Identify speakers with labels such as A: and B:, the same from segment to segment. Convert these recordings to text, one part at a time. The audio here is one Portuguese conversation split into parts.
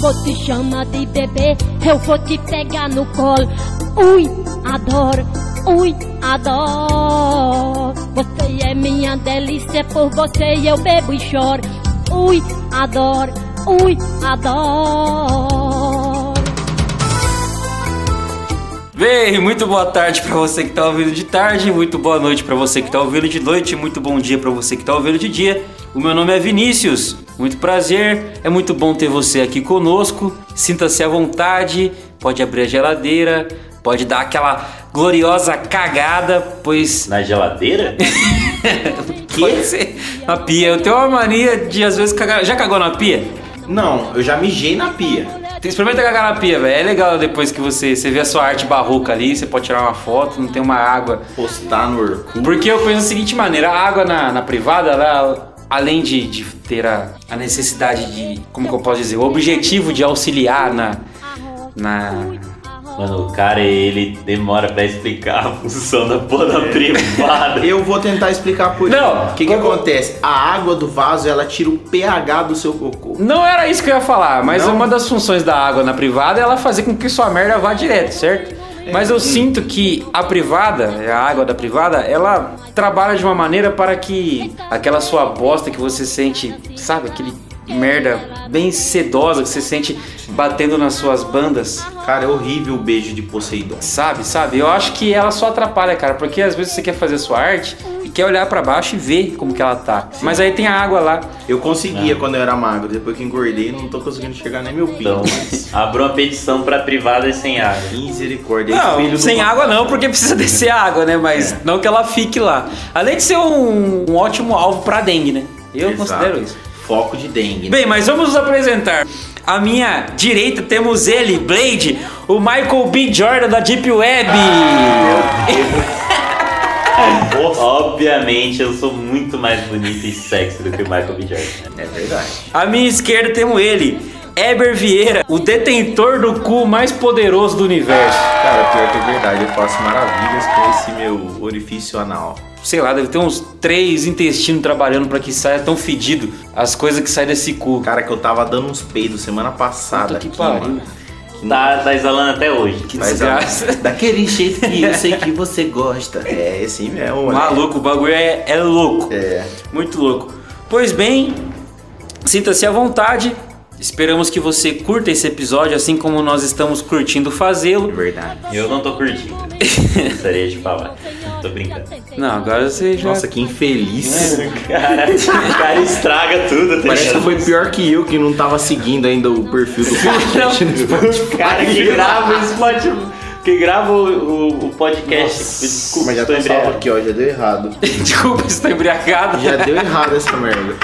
A: vou te chamar de bebê, eu vou te pegar no colo. Ui, adoro, ui, adoro. Você é minha delícia, por você eu bebo e choro. Ui, adoro, ui, adoro.
B: Bem, muito boa tarde pra você que tá ouvindo de tarde, muito boa noite pra você que tá ouvindo de noite, muito bom dia pra você que tá ouvindo de dia. O meu nome é Vinícius, muito prazer, é muito bom ter você aqui conosco. Sinta-se à vontade, pode abrir a geladeira, pode dar aquela gloriosa cagada, pois
C: Na geladeira?
B: pode ser na pia. Eu tenho uma mania de às vezes cagar. Já cagou na pia?
C: Não, eu já mijei na pia.
B: Experimenta cagar na pia, velho. É legal depois que você, você vê a sua arte barroca ali, você pode tirar uma foto, não tem uma água.
C: Postar no Orkut.
B: Porque eu penso da seguinte maneira, a água na, na privada, ela, além de, de ter a, a necessidade de, como que eu posso dizer, o objetivo de auxiliar na... na
C: Mano,
A: Mano,
C: o cara, ele demora pra explicar a função da porra da privada.
D: Eu vou tentar explicar por
B: Não,
D: O que, que
B: eu vou-
D: acontece? A água do vaso, ela tira o pH do seu cocô.
B: não era isso que eu ia falar, mas
D: Não?
B: uma das funções da água na privada é ela fazer com que sua merda vá direto, certo? Mas eu sinto que a privada, a água da privada, ela trabalha de uma maneira para que aquela sua bosta que você sente, sabe, aquele merda bem sedosa que você sente batendo nas suas bandas,
D: Cara, é horrível o beijo de Poseidon.
B: Sabe, sabe? Eu acho que ela só atrapalha, cara, porque às vezes você quer fazer sua arte e quer olhar pra baixo e ver como que ela tá. Mas aí tem a água lá.
D: Eu
B: É.
D: conseguia quando eu era magro, depois que engordei, não tô conseguindo chegar nem meu pinto.
C: Então, abriu uma petição pra privada sem água.
D: Misericórdia. é
B: Não,
D: espelho do É.
B: sem
D: vaso.
B: água não, porque precisa descer a água, né? Mas não que ela fique lá. Além de ser um, um ótimo alvo pra dengue, né? Eu
D: Exato.
B: considero isso.
D: Foco de dengue. né?
B: Bem, mas vamos nos apresentar. À minha direita temos ele, Blade, o Michael B. Jordan da Deep Web.
C: Obviamente, eu sou muito mais bonito e sexy do que o Michael B. Jordan.
D: É verdade.
B: À minha esquerda temos ele, Eber Vieira, o detentor do cu mais poderoso do universo.
D: Cara, pior que é verdade, eu faço maravilhas com esse meu orifício anal.
B: sei lá, deve ter uns três intestinos trabalhando pra que saia tão fedido as coisas que saem desse cu.
D: Cara, que eu tava dando uns peidos semana passada.
B: Puta que
D: aqui,
B: pariu.
D: mano.
C: Tá, tá exalando até hoje.
B: Que
D: Mas,
B: desgraça.
D: ah, Daquele jeito que eu sei que você gosta. É, assim mesmo. né?
B: Maluco, o bagulho é, é louco.
D: É.
B: Muito louco. Pois bem, sinta-se à vontade. Esperamos que você curta esse episódio, assim como nós estamos curtindo fazê-lo.
D: Verdade.
C: Eu não tô curtindo. Gostaria de falar. Tô brincando.
B: Não, agora você já.
D: Nossa, que infeliz.
C: Cara, o cara estraga tudo, tá
D: Parece que
C: ligado?
D: foi pior que eu que não tava seguindo ainda o perfil do podcast. no Spotify.
C: cara que grava esse podcast. Que grava o, o- o podcast. Desculpa,
D: Mas já
C: estou
D: tô salvo
C: embriagado.
D: aqui, ó. Já deu errado.
B: Desculpa, estou embriagado.
D: Já deu errado essa merda.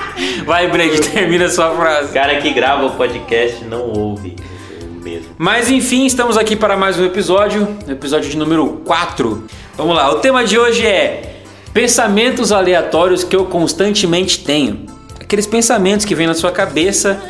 B: Vai, Blade, termina a sua frase.
C: O cara que grava o podcast não ouve mesmo.
B: Mas enfim, estamos aqui para mais um episódio, episódio de número 4. Vamos lá, o tema de hoje é pensamentos aleatórios que eu constantemente tenho. Aqueles pensamentos que vêm na sua cabeça,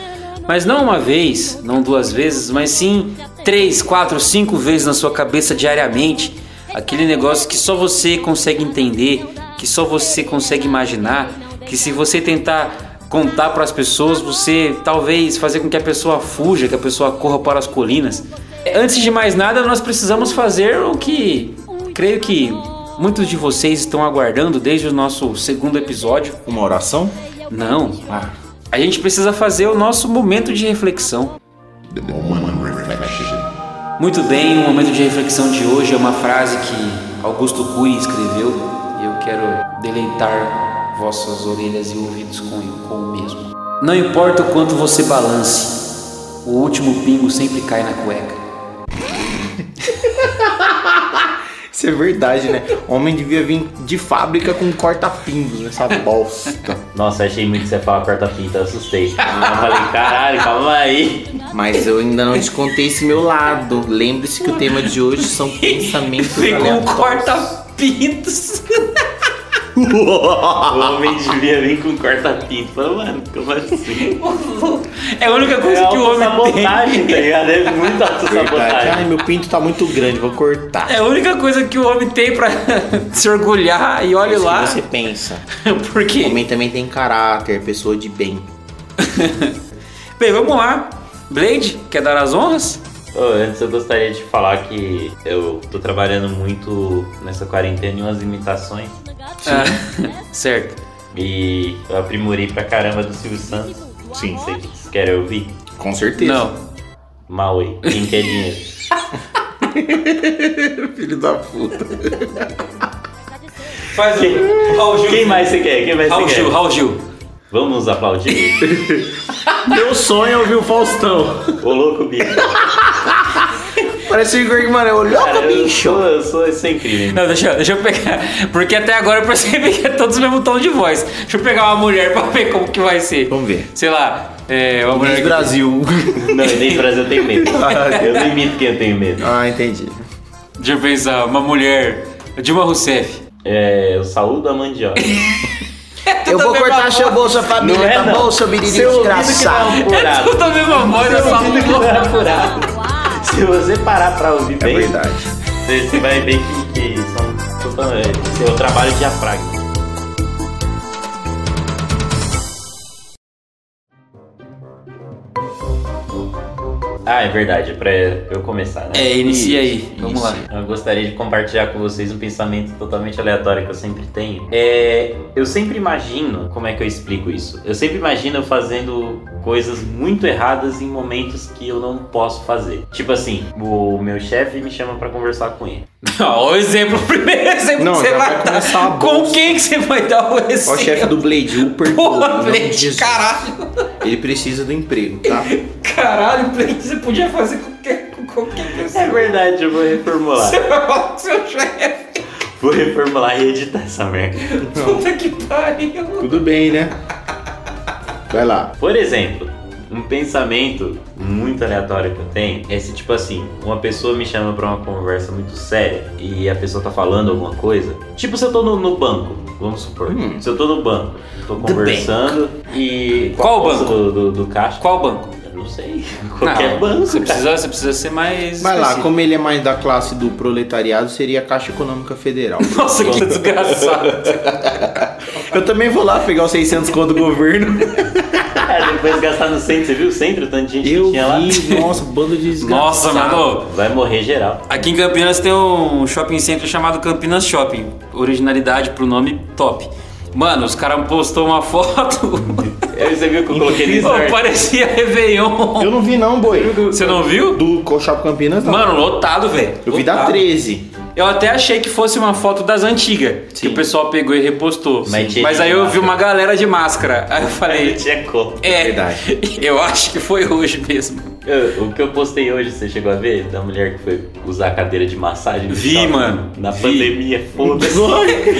B: mas não uma vez, não duas vezes, mas sim três, quatro, cinco vezes na sua cabeça diariamente. Aquele negócio que só você consegue entender, que só você consegue imaginar, que se você tentar contar para as pessoas, você talvez fazer com que a pessoa fuja, que a pessoa corra para as colinas. Antes de mais nada, nós precisamos fazer o que creio que muitos de vocês estão aguardando desde o nosso segundo episódio.
D: Uma oração?
B: Não,
D: Ah.
B: a gente precisa fazer o nosso momento de reflexão. Muito bem, o momento de reflexão de hoje é uma frase que Augusto Cury escreveu e eu quero deleitar vossas orelhas e ouvidos com, com o mesmo. Não importa o quanto você balance, o último pingo sempre cai na cueca.
D: Isso é verdade, né? Homem devia vir de fábrica com corta-pingos né? nessa bosta.
C: Nossa, achei muito que você fala corta-pinta, assustei. Eu falei, caralho, calma aí.
D: Mas eu ainda não te contei esse meu lado. Lembre-se que o tema de hoje são pensamentos
B: Pegou um
D: aleatórios.
B: corta-pintos.
C: O homem devia vir com corta-pinta. Falei, Mano, como assim?
B: É a única coisa que o homem tem.
C: sabotagem, tá ligado? É muito
D: Verdade. Ai,
C: autossabotagem.
D: meu pinto tá muito grande, vou cortar.
B: É a única coisa que o homem tem pra se orgulhar e olhe
D: Isso que
B: lá.
D: Você pensa.
B: Por
D: O
B: quê?
D: homem também tem caráter, pessoa de bem.
B: Bem, vamos lá. Blade, quer dar as honras?
C: Ô, antes eu gostaria de falar que eu tô trabalhando muito nessa quarentena em umas imitações.
B: Ah, certo.
C: E eu aprimorei pra caramba do Silvio Santos.
D: Sim.
C: Vocês querem ouvir?
D: Com certeza.
B: Não.
C: Maui, quem quer dinheiro?
D: Filho da puta.
C: É.
B: Faz o Raul Gil.
C: Quem mais você quer? Quem mais
B: Raul
C: você
B: Gil,
C: quer?
B: Raul Gil.
C: Vamos aplaudir?
E: Meu sonho é ouvir o Faustão.
C: Ô louco, bicho.
D: Parece o Igor Guimarães. Olhou
C: Cara,
D: pra mim.
C: eu sou, eu sou, isso é incrível.
B: Não, deixa, eu- deixa eu pegar. Porque até agora eu percebi que é todos o mesmo tom de voz. Deixa eu pegar uma mulher pra ver como que vai ser.
D: Vamos ver.
B: Sei lá, é, uma mulher.
D: Miss
B: que-
D: Brasil.
C: Não, eu nem Brasil eu tenho medo.
E: Ah,
C: Eu não imito quem eu tenho medo.
D: ah, entendi.
B: Deixa eu pensar, uma mulher. Dilma Rousseff.
C: É, eu saúdo a mandioca.
D: Eu vou
B: a mesma
D: cortar
B: voz.
D: seu Bolsa Família,
C: Não é,
D: tá
C: não.
D: bom, seu menino
C: Seu ouvido que tá
D: desgraçado?
B: É
C: furado.
B: tudo a mesma voz, eu
C: Seu
B: só
C: ouvido que tá furado.
B: É.
C: Se você parar pra ouvir
D: É
C: bem,
D: verdade.
C: você você vai ver que, que são totalmente. Esse é o trabalho de diafragma. Ah, é verdade, é pra eu começar, né?
B: É, inicia aí. Vamos lá.
C: Eu gostaria de compartilhar com vocês um pensamento totalmente aleatório que eu sempre tenho. É, eu sempre imagino, como é que eu explico isso? Eu sempre imagino eu fazendo coisas muito erradas em momentos que eu não posso fazer. Tipo assim, o meu chefe me chama pra conversar com ele.
B: Não, o exemplo, o primeiro exemplo
D: Não,
B: que você
D: já
B: vai,
D: vai começar
B: dar.
D: a
B: Com
D: bolsa.
B: quem que você vai dar o
D: Ó, o
B: exemplo?
D: chefe do Blade, o perdoa, em
B: Porra,
D: nome de
B: Blade,
D: Jesus.
B: caralho.
D: Ele precisa do emprego, tá?
B: Caralho, Blade, você podia fazer qualquer, com qualquer pessoa.
C: É verdade, eu vou reformular.
B: Você vai falar com seu chefe.
C: Vou reformular e editar essa merda.
B: Puta que pariu.
D: Tudo bem, né? Vai lá.
C: Por exemplo, um pensamento muito aleatório que eu tenho é se, tipo assim, uma pessoa me chama pra uma conversa muito séria e a pessoa tá falando alguma coisa. Tipo, se eu tô no, no banco, vamos supor.
D: Hum.
C: Se eu tô no banco, tô
D: The
C: conversando e. com a
B: Qual
C: moça
B: banco?
C: Do, do, do caixa.
B: Qual banco?
C: Eu não sei. Qualquer
B: Não,
C: banco.
B: Você
C: cara.
B: precisa, você precisa ser mais.
D: Vai lá,
B: específico.
D: como ele é mais da classe do proletariado, seria a Caixa Econômica Federal.
B: Nossa, que desgraçado.
D: Eu também vou lá pegar os 600 conto do governo.
C: Cara, Ah, depois de gastar no centro, você viu o centro, o tanto de gente
D: Eu
C: que tinha lá?
D: vi, nossa, bando de
B: Nossa,
D: desgraçado.
B: mano.
C: Vai morrer geral.
B: Aqui em Campinas tem um shopping center chamado Campinas Shopping. Originalidade pro nome top. Mano, os caras postou uma foto.
C: Aí Você viu que eu coloquei no
B: Pô,
C: story?
B: parecia Réveillon.
D: Eu não vi não, boi.
B: Você não viu?
D: Do Co- Shopping Campinas, não.
B: Mano, lotado, velho.
D: eu vi da
B: Lotado.
D: 13.
B: Eu até achei que fosse uma foto das antigas, que
D: Sim.
B: o pessoal pegou e repostou.
C: Mas
B: Mas,
C: tinha
B: aí
C: de
B: eu vi
C: máscara.
B: uma galera de máscara. Aí eu falei,
C: Tinha como.
B: é,
D: Verdade.
B: eu acho que foi hoje mesmo.
C: Eu- O que eu postei hoje, você chegou a ver? Da mulher que foi usar a cadeira de massagem? no
B: Vi,
C: shopping?
B: mano,
C: Na
B: vi.
C: pandemia, foda-se.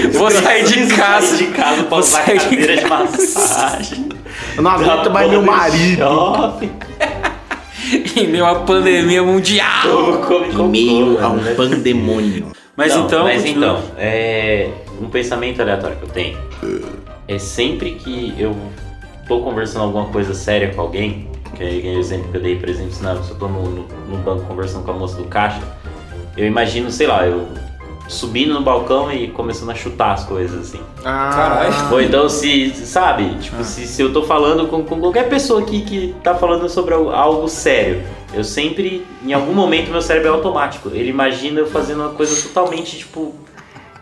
B: Vou sair de
C: Preciso
B: casa.
C: sair de casa pra
B: Vou
C: usar a
B: sair de
C: cadeira de,
B: casa.
C: massagem. Tá
D: Eu não aguento mais meu marido.
B: Em meio à pandemia mundial.
D: Em meio a
C: né?
D: um pandemônio.
B: Mas
C: Não,
B: então.
C: Mas
B: continua.
C: então, é. Um pensamento aleatório que eu tenho. É sempre que eu tô conversando alguma coisa séria com alguém, que é o exemplo que eu dei, por exemplo, se, não, se eu tô no, no- no banco conversando com a moça do caixa, eu imagino, sei lá, eu subindo no balcão e começando a chutar as coisas assim.
D: Ah,
C: Ou então se, sabe, tipo, se, se eu tô falando com, com qualquer pessoa aqui que tá falando sobre al- algo sério, eu sempre, em algum momento, meu cérebro é automático. Ele imagina eu fazendo uma coisa totalmente, tipo,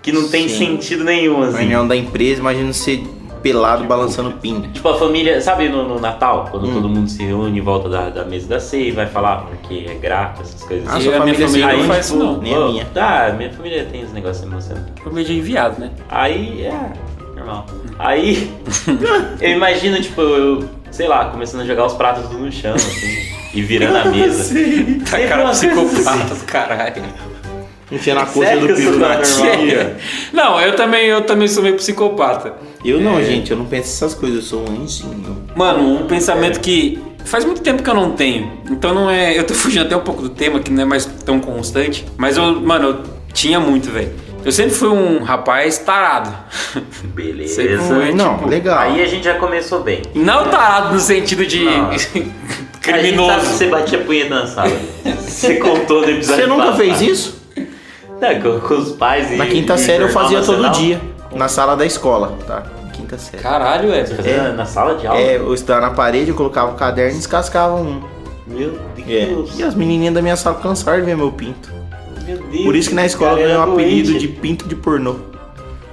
C: que não tem
D: Sim.
C: sentido nenhum, assim.
D: reunião da empresa, imagina você pelado balançando pinto.
C: Tipo, a família, sabe no, no Natal, quando
D: Hum.
C: todo mundo se reúne em volta da, da mesa da ceia e vai falar porque é grato, essas coisas
D: Ah,
B: E
D: sua
B: a minha família
D: família se
B: não
D: reúne,
B: faz isso,
D: tipo,
B: não.
D: nem a
C: Pô,
D: minha.
C: Ah, minha família tem esse negócio emocionante.
B: Família de enviado, né?
C: Aí é normal. Aí eu imagino, tipo, eu, sei lá, começando a jogar os pratos tudo no chão, assim, e virando a
D: assim?
C: mesa.
B: Tá
C: Sempre
B: cara
C: uma coisa
B: psicopata do caralho.
D: Enfiando a
C: Sério
D: coxa do
C: que isso
D: peru
C: tá
D: na
C: normal?
D: tia.
B: Não, eu também, eu também sou meio psicopata.
D: Eu não, gente, eu não penso essas coisas, eu sou um anjinho.
B: Mano,
C: É.
B: um pensamento que faz muito tempo que eu não tenho. Então não é. Eu tô fugindo até um pouco do tema, que não é mais tão constante. Mas eu, mano, eu tinha muito, velho. Eu sempre fui um rapaz tarado. Sempre
C: Beleza.
B: fui,
D: não,
B: tipo,
D: legal.
C: Aí a gente já começou bem.
B: Não tarado no sentido de
C: Não. tá A gente sabe que
B: criminoso.
C: você batia punheta na sala. Você contou no episódio.
D: Você nunca
C: passado.
D: fez isso?
C: Não, com, com os pais e.
D: Na quinta
C: e
D: série eu
C: Jornal
D: fazia todo
C: Nacional.
D: dia, na sala da escola, tá? Quinta série.
B: Caralho, é.
C: Você fazia na- na sala de aula?
D: É, eu estudava na parede, eu colocava o caderno e descascava um.
C: Meu
D: É.
C: Deus.
D: E as menininhas da minha sala cansaram de ver meu pinto.
C: Meu Deus.
D: Por isso que na escola eu
C: cara,
D: ganhei
C: era
D: um apelido
C: doente.
D: de pinto de pornô.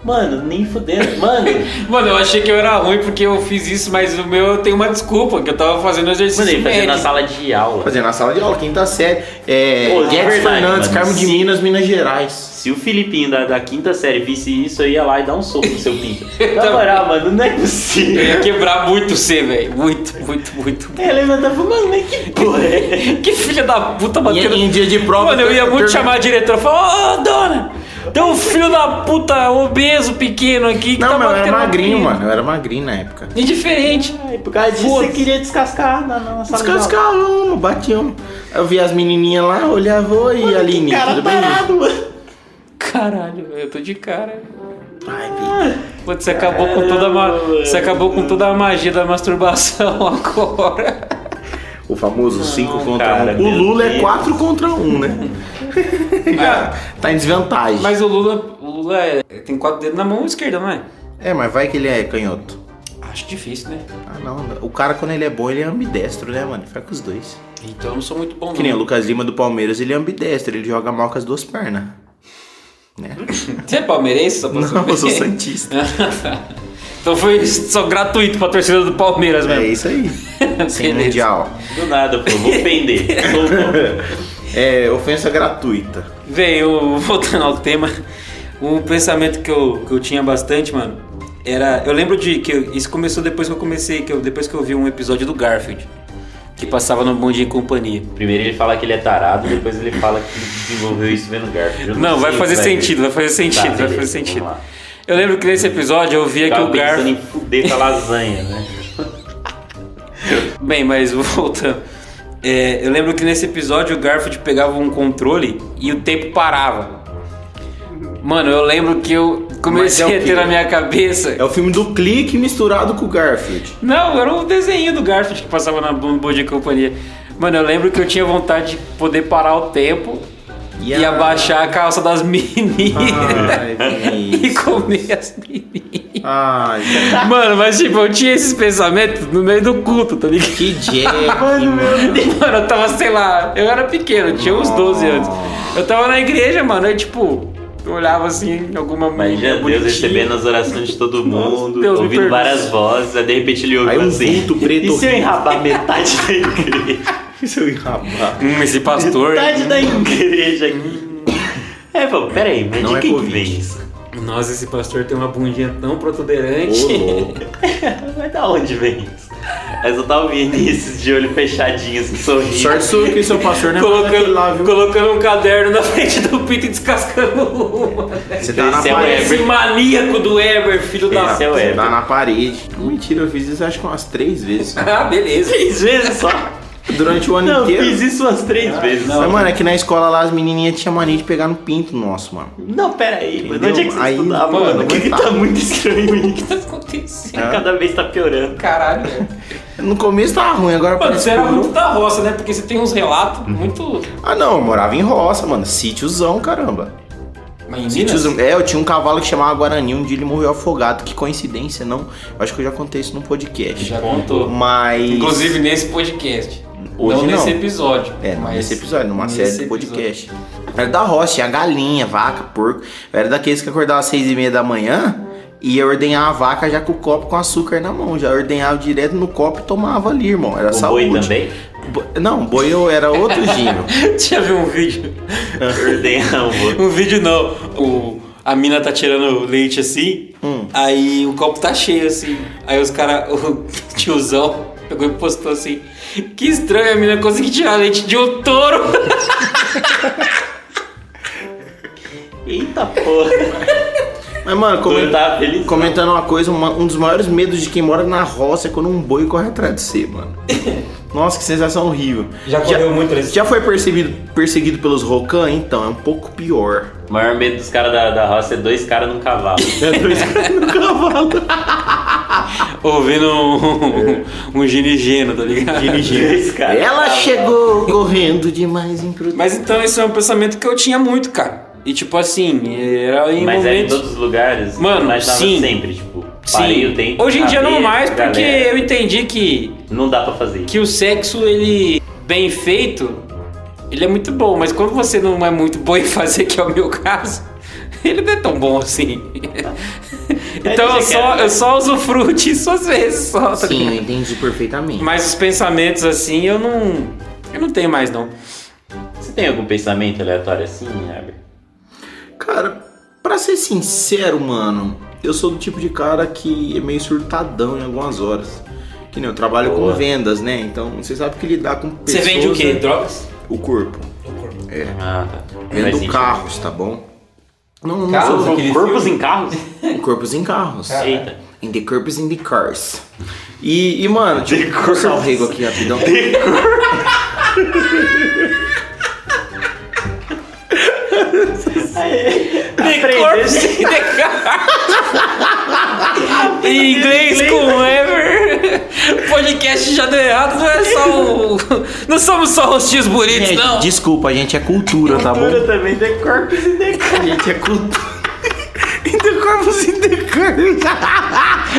C: Mano, nem fudendo. Mano,
B: Mano, eu achei que eu era ruim porque eu fiz isso, mas o meu eu tenho uma desculpa, que eu tava fazendo exercício.
C: mano, ele fazia na
B: médio.
C: sala de aula.
D: Fazendo na sala de aula, quinta série. É,
C: Pô, de
D: Guedes
C: verdade,
D: Fernandes,
C: mano.
D: Carmo de
C: Sim.
D: Minas, Minas Gerais.
C: Se o Filipinho da, da quinta série visse isso, eu ia lá e dar um soco no seu pinto. Na moral, mano, não é
B: Eu
C: possível.
B: ia quebrar muito você, velho. Muito, muito, muito.
C: Ele levantava, mano, mas que porra é?
B: Que filha da puta
D: E
B: batendo.
D: em dia de prova.
B: Mano, eu ia muito
D: pergunta-
B: chamar a diretora e falar, ô dona! Tem um filho da puta obeso pequeno aqui que
D: Não,
B: tá
D: mas eu era
B: batendo no
D: magrinho,
B: pinto."
D: mano. Eu era magrinho na época.
B: Indiferente.
C: Ai, por causa disso,
B: Foda-se.
C: você queria descascar na, na sala de aula.
D: Descascava uma, batia uma. Eu via as menininhas lá, olhava, oi, Aline,
C: Cara
D: tudo bem?
C: parado, mano.
B: Caralho, velho, eu tô de cara.
D: Ai, Pedro.
B: Putz, você acabou com toda a ma-
C: Caramba,
B: você acabou com toda a magia da masturbação agora.
D: O famoso 5 contra 1.
C: cara,
D: Um.
C: meu
D: O Lula é
C: Deus.
D: 4 contra 1, um, né? Já tá em desvantagem.
B: Ah, Mas o Lula, o Lula é- tem quatro dedos na mão esquerda, não é?
D: É, mas vai que ele é canhoto.
B: Acho difícil, né?
D: Ah, não. O cara, quando ele é bom, ele é ambidestro, né, mano? Fica com os dois.
B: Então eu não sou muito bom, não.
D: Que nem o Lucas Lima do Palmeiras, ele é ambidestro. Ele joga mal com as duas pernas. Né?
B: Você é palmeirense? Só pra
D: Não,
B: saber?
D: eu sou santista.
B: Então foi só gratuito pra torcida do Palmeiras
D: É
B: mesmo.
D: isso aí. Sem
B: Beleza.
D: mundial.
C: Do nada, pô, vou ofender. Sou bom.
D: É, ofensa gratuita.
B: Véi, eu, voltando ao tema, um pensamento que eu, que eu tinha bastante, mano, era. Eu lembro de que eu- isso começou depois que eu comecei, que eu- depois que eu vi um episódio do Garfield, que passava no Bom Dia e Companhia.
C: Primeiro ele fala que ele é tarado, depois ele fala que ele desenvolveu isso vendo Garfield. Eu
B: Não,
C: sei
B: vai
C: se
B: fazer
C: ver.
B: sentido, vai fazer
C: Tá,
B: sentido, vai
C: beleza,
B: fazer
C: vamos
B: sentido.
C: lá. Tá,
B: Eu lembro que nesse episódio eu via que
C: Tava
B: o
C: pensando
B: Garfield.
C: em fuder com a lasanha, né?
B: Bem, mas voltando. É, eu lembro que nesse episódio o Garfield pegava um controle e o tempo parava. Mano, eu lembro que eu comecei
D: Mas é o
B: a
D: quê?
B: ter na minha cabeça.
D: É o filme do clique misturado com o Garfield.
B: Não, era um desenho do Garfield que passava na Bo- Bom Dia e Companhia. Mano, eu lembro que eu tinha vontade de poder parar o tempo e,
D: E a- Ah,
B: abaixar a calça das meninas
D: Ai,
B: e
D: Vinícius.
B: comer as meninas.
D: Ai,
B: Mano, mas tipo, eu tinha esses pensamentos no meio do culto, tá ligado?
D: que Jack.
B: Mano, eu tava, sei lá, eu era pequeno, eu tinha uns 12 anos. Eu tava na igreja, mano, eu tipo, eu olhava assim, alguma
C: Imagina
B: menina
C: Deus
B: bonitinha.
C: recebendo as orações de todo mundo,
B: Deus me
C: ouvindo
B: perdoa.
C: várias vozes, aí de repente ele ouve
D: Aí um
C: assim.
D: vulto
C: e
D: preto
C: se eu
D: horrível?"
C: enrabar metade da igreja?
D: Seu enrabado.
B: Hum, esse pastor.
C: Metade da igreja aqui. É, pô, peraí, mas
D: Hum. Não
C: de
D: é
C: quem que
D: Covid.
C: vem isso?
B: Nossa, esse pastor tem uma bundinha tão protuberante.
C: Mas da onde vem isso? Mas eu tava ouvindo isso de olho fechadinho, assim, sorrindo.
D: Sorte sua que seu pastor não é mais
B: colocando,
D: daquele lá, viu?
B: colocando um caderno na frente do Pito e descascando uma.
D: Você tá na
C: Esse é o
D: parede.
B: Esse
C: Ever.
B: maníaco do Ever, filho da.
C: Esse é o
D: Você
C: Ever.
D: tá na parede. Mentira, eu fiz isso acho que umas três vezes.
B: Ah, beleza.
C: Três vezes só.
D: Durante o ano
C: Não,
D: inteiro. Ah,
C: fiz isso umas três vezes.
D: Mas, mano, aqui na escola lá as menininhas tinham mania de pegar no pinto nosso, mano.
C: Não, peraí, mano.
D: Entendeu?
C: Onde é que você
D: Aí,
C: estudava,
D: mano,
C: mano? O que que
D: aguentava.
C: tá muito estranho isso?
B: O que tá acontecendo?
D: Ah.
C: Cada vez tá piorando.
B: Caralho, velho.
D: No começo tava ruim, agora
B: Mano,
D: parece
B: você era
D: que piorou.
B: muito da roça, né? Porque você tem uns relatos muito.
D: Ah, não, eu morava em roça, mano. Sítiozão, caramba.
B: Mas em Minas?
D: Sítiozão. É, eu tinha um cavalo que chamava Guarani, um dia ele morreu afogado. Que coincidência, não? Eu acho que eu já contei isso num podcast.
B: Já contou.
D: Mas.
B: Inclusive nesse podcast.
D: Hoje
B: não, nesse
D: não.
B: episódio.
D: É, não
B: mas
D: nesse episódio, numa
B: nesse
D: série de podcast. Era da roça, tinha galinha, vaca, porco. Eu era daqueles que acordava às seis e meia da manhã e eu ordenhava a vaca já com o copo com açúcar na mão. Já ordenhava direto no copo e tomava ali, irmão. Era
C: O
D: saúde.
C: boi também?
D: Bo- Não, boi eu era outro gênio.
B: episódio. Deixa eu ver um vídeo.
D: Ah.
C: Ordenha o boi.
B: Um vídeo não. O, a mina tá tirando leite assim, aí o copo tá cheio assim. Aí os caras, o tiozão pegou e postou assim: Que estranho, a mina conseguiu tirar leite de um touro.
C: Eita porra.
D: Mas, mano,
C: Então Eu
D: comentando,
C: tava feliz. né?
D: comentando uma coisa, uma- um dos maiores medos de quem mora na roça é quando um boi corre atrás de você, mano. Nossa, que sensação horrível.
B: Já correu muito atrás de
D: Já foi percebido, perseguido pelos Rocan? Então, é um pouco pior.
C: O maior medo dos caras da, da roça é dois caras num cavalo.
D: É dois caras no cavalo.
B: Ouvindo um, um, um ginigeno, tá ligado?
C: Dois caras.
D: Ela chegou correndo demais imprudente.
B: Mas então esse é um pensamento que eu tinha muito, cara. E tipo assim, era em
C: Mas é era em
B: momentos.
C: todos os lugares.
B: Mano,
C: imaginava
B: sim.
C: sempre, tipo. Pariu, tem
B: Hoje em dia não
C: cabelo,
B: mais, porque
C: galera.
B: eu entendi que,
C: Não dá pra fazer isso.
B: que o sexo, ele bem feito, ele é muito bom. Mas quando você não é muito bom em fazer, que é o meu caso, ele não é tão bom assim. então eu
C: você
B: só,
C: quer-
B: eu só usufruo disso às vezes, só, tá
D: É, Sim, eu
B: ligado?
D: entendi perfeitamente.
B: Mas os pensamentos assim, eu não... Eu não tenho mais, não.
C: Você tem algum pensamento aleatório assim, Herbert?
D: Cara, pra ser sincero, mano, eu sou do tipo de cara que é meio surtadão em algumas horas. Que nem eu trabalho
C: Boa.
D: com vendas, né? Então você sabe que lidar com pessoas.
B: Você vende o quê? então?
D: né?
B: Drogas?
D: O corpo.
C: Ah, tá. Faz
D: Vendo
C: sentido.
D: carros, tá bom? Não, não
F: Carros?
D: sou
F: Aquele
C: Corpos
F: filme.
C: em carros?
D: corpos em carros.
C: Eita.
D: In the corpus in the cars. E, e, mano, deixa eu passar o rego aqui rapidão.
C: Aprendeu.
B: Em inglês com Ever. Podcast já deu errado, não é só o. Não somos só os tios bonitos,
D: Gente,
B: não.
D: Desculpa, a gente é cultura, tá bom?
C: Cultura também, né? The Corpus in the
D: A gente é cultura. In the corpus in the cars.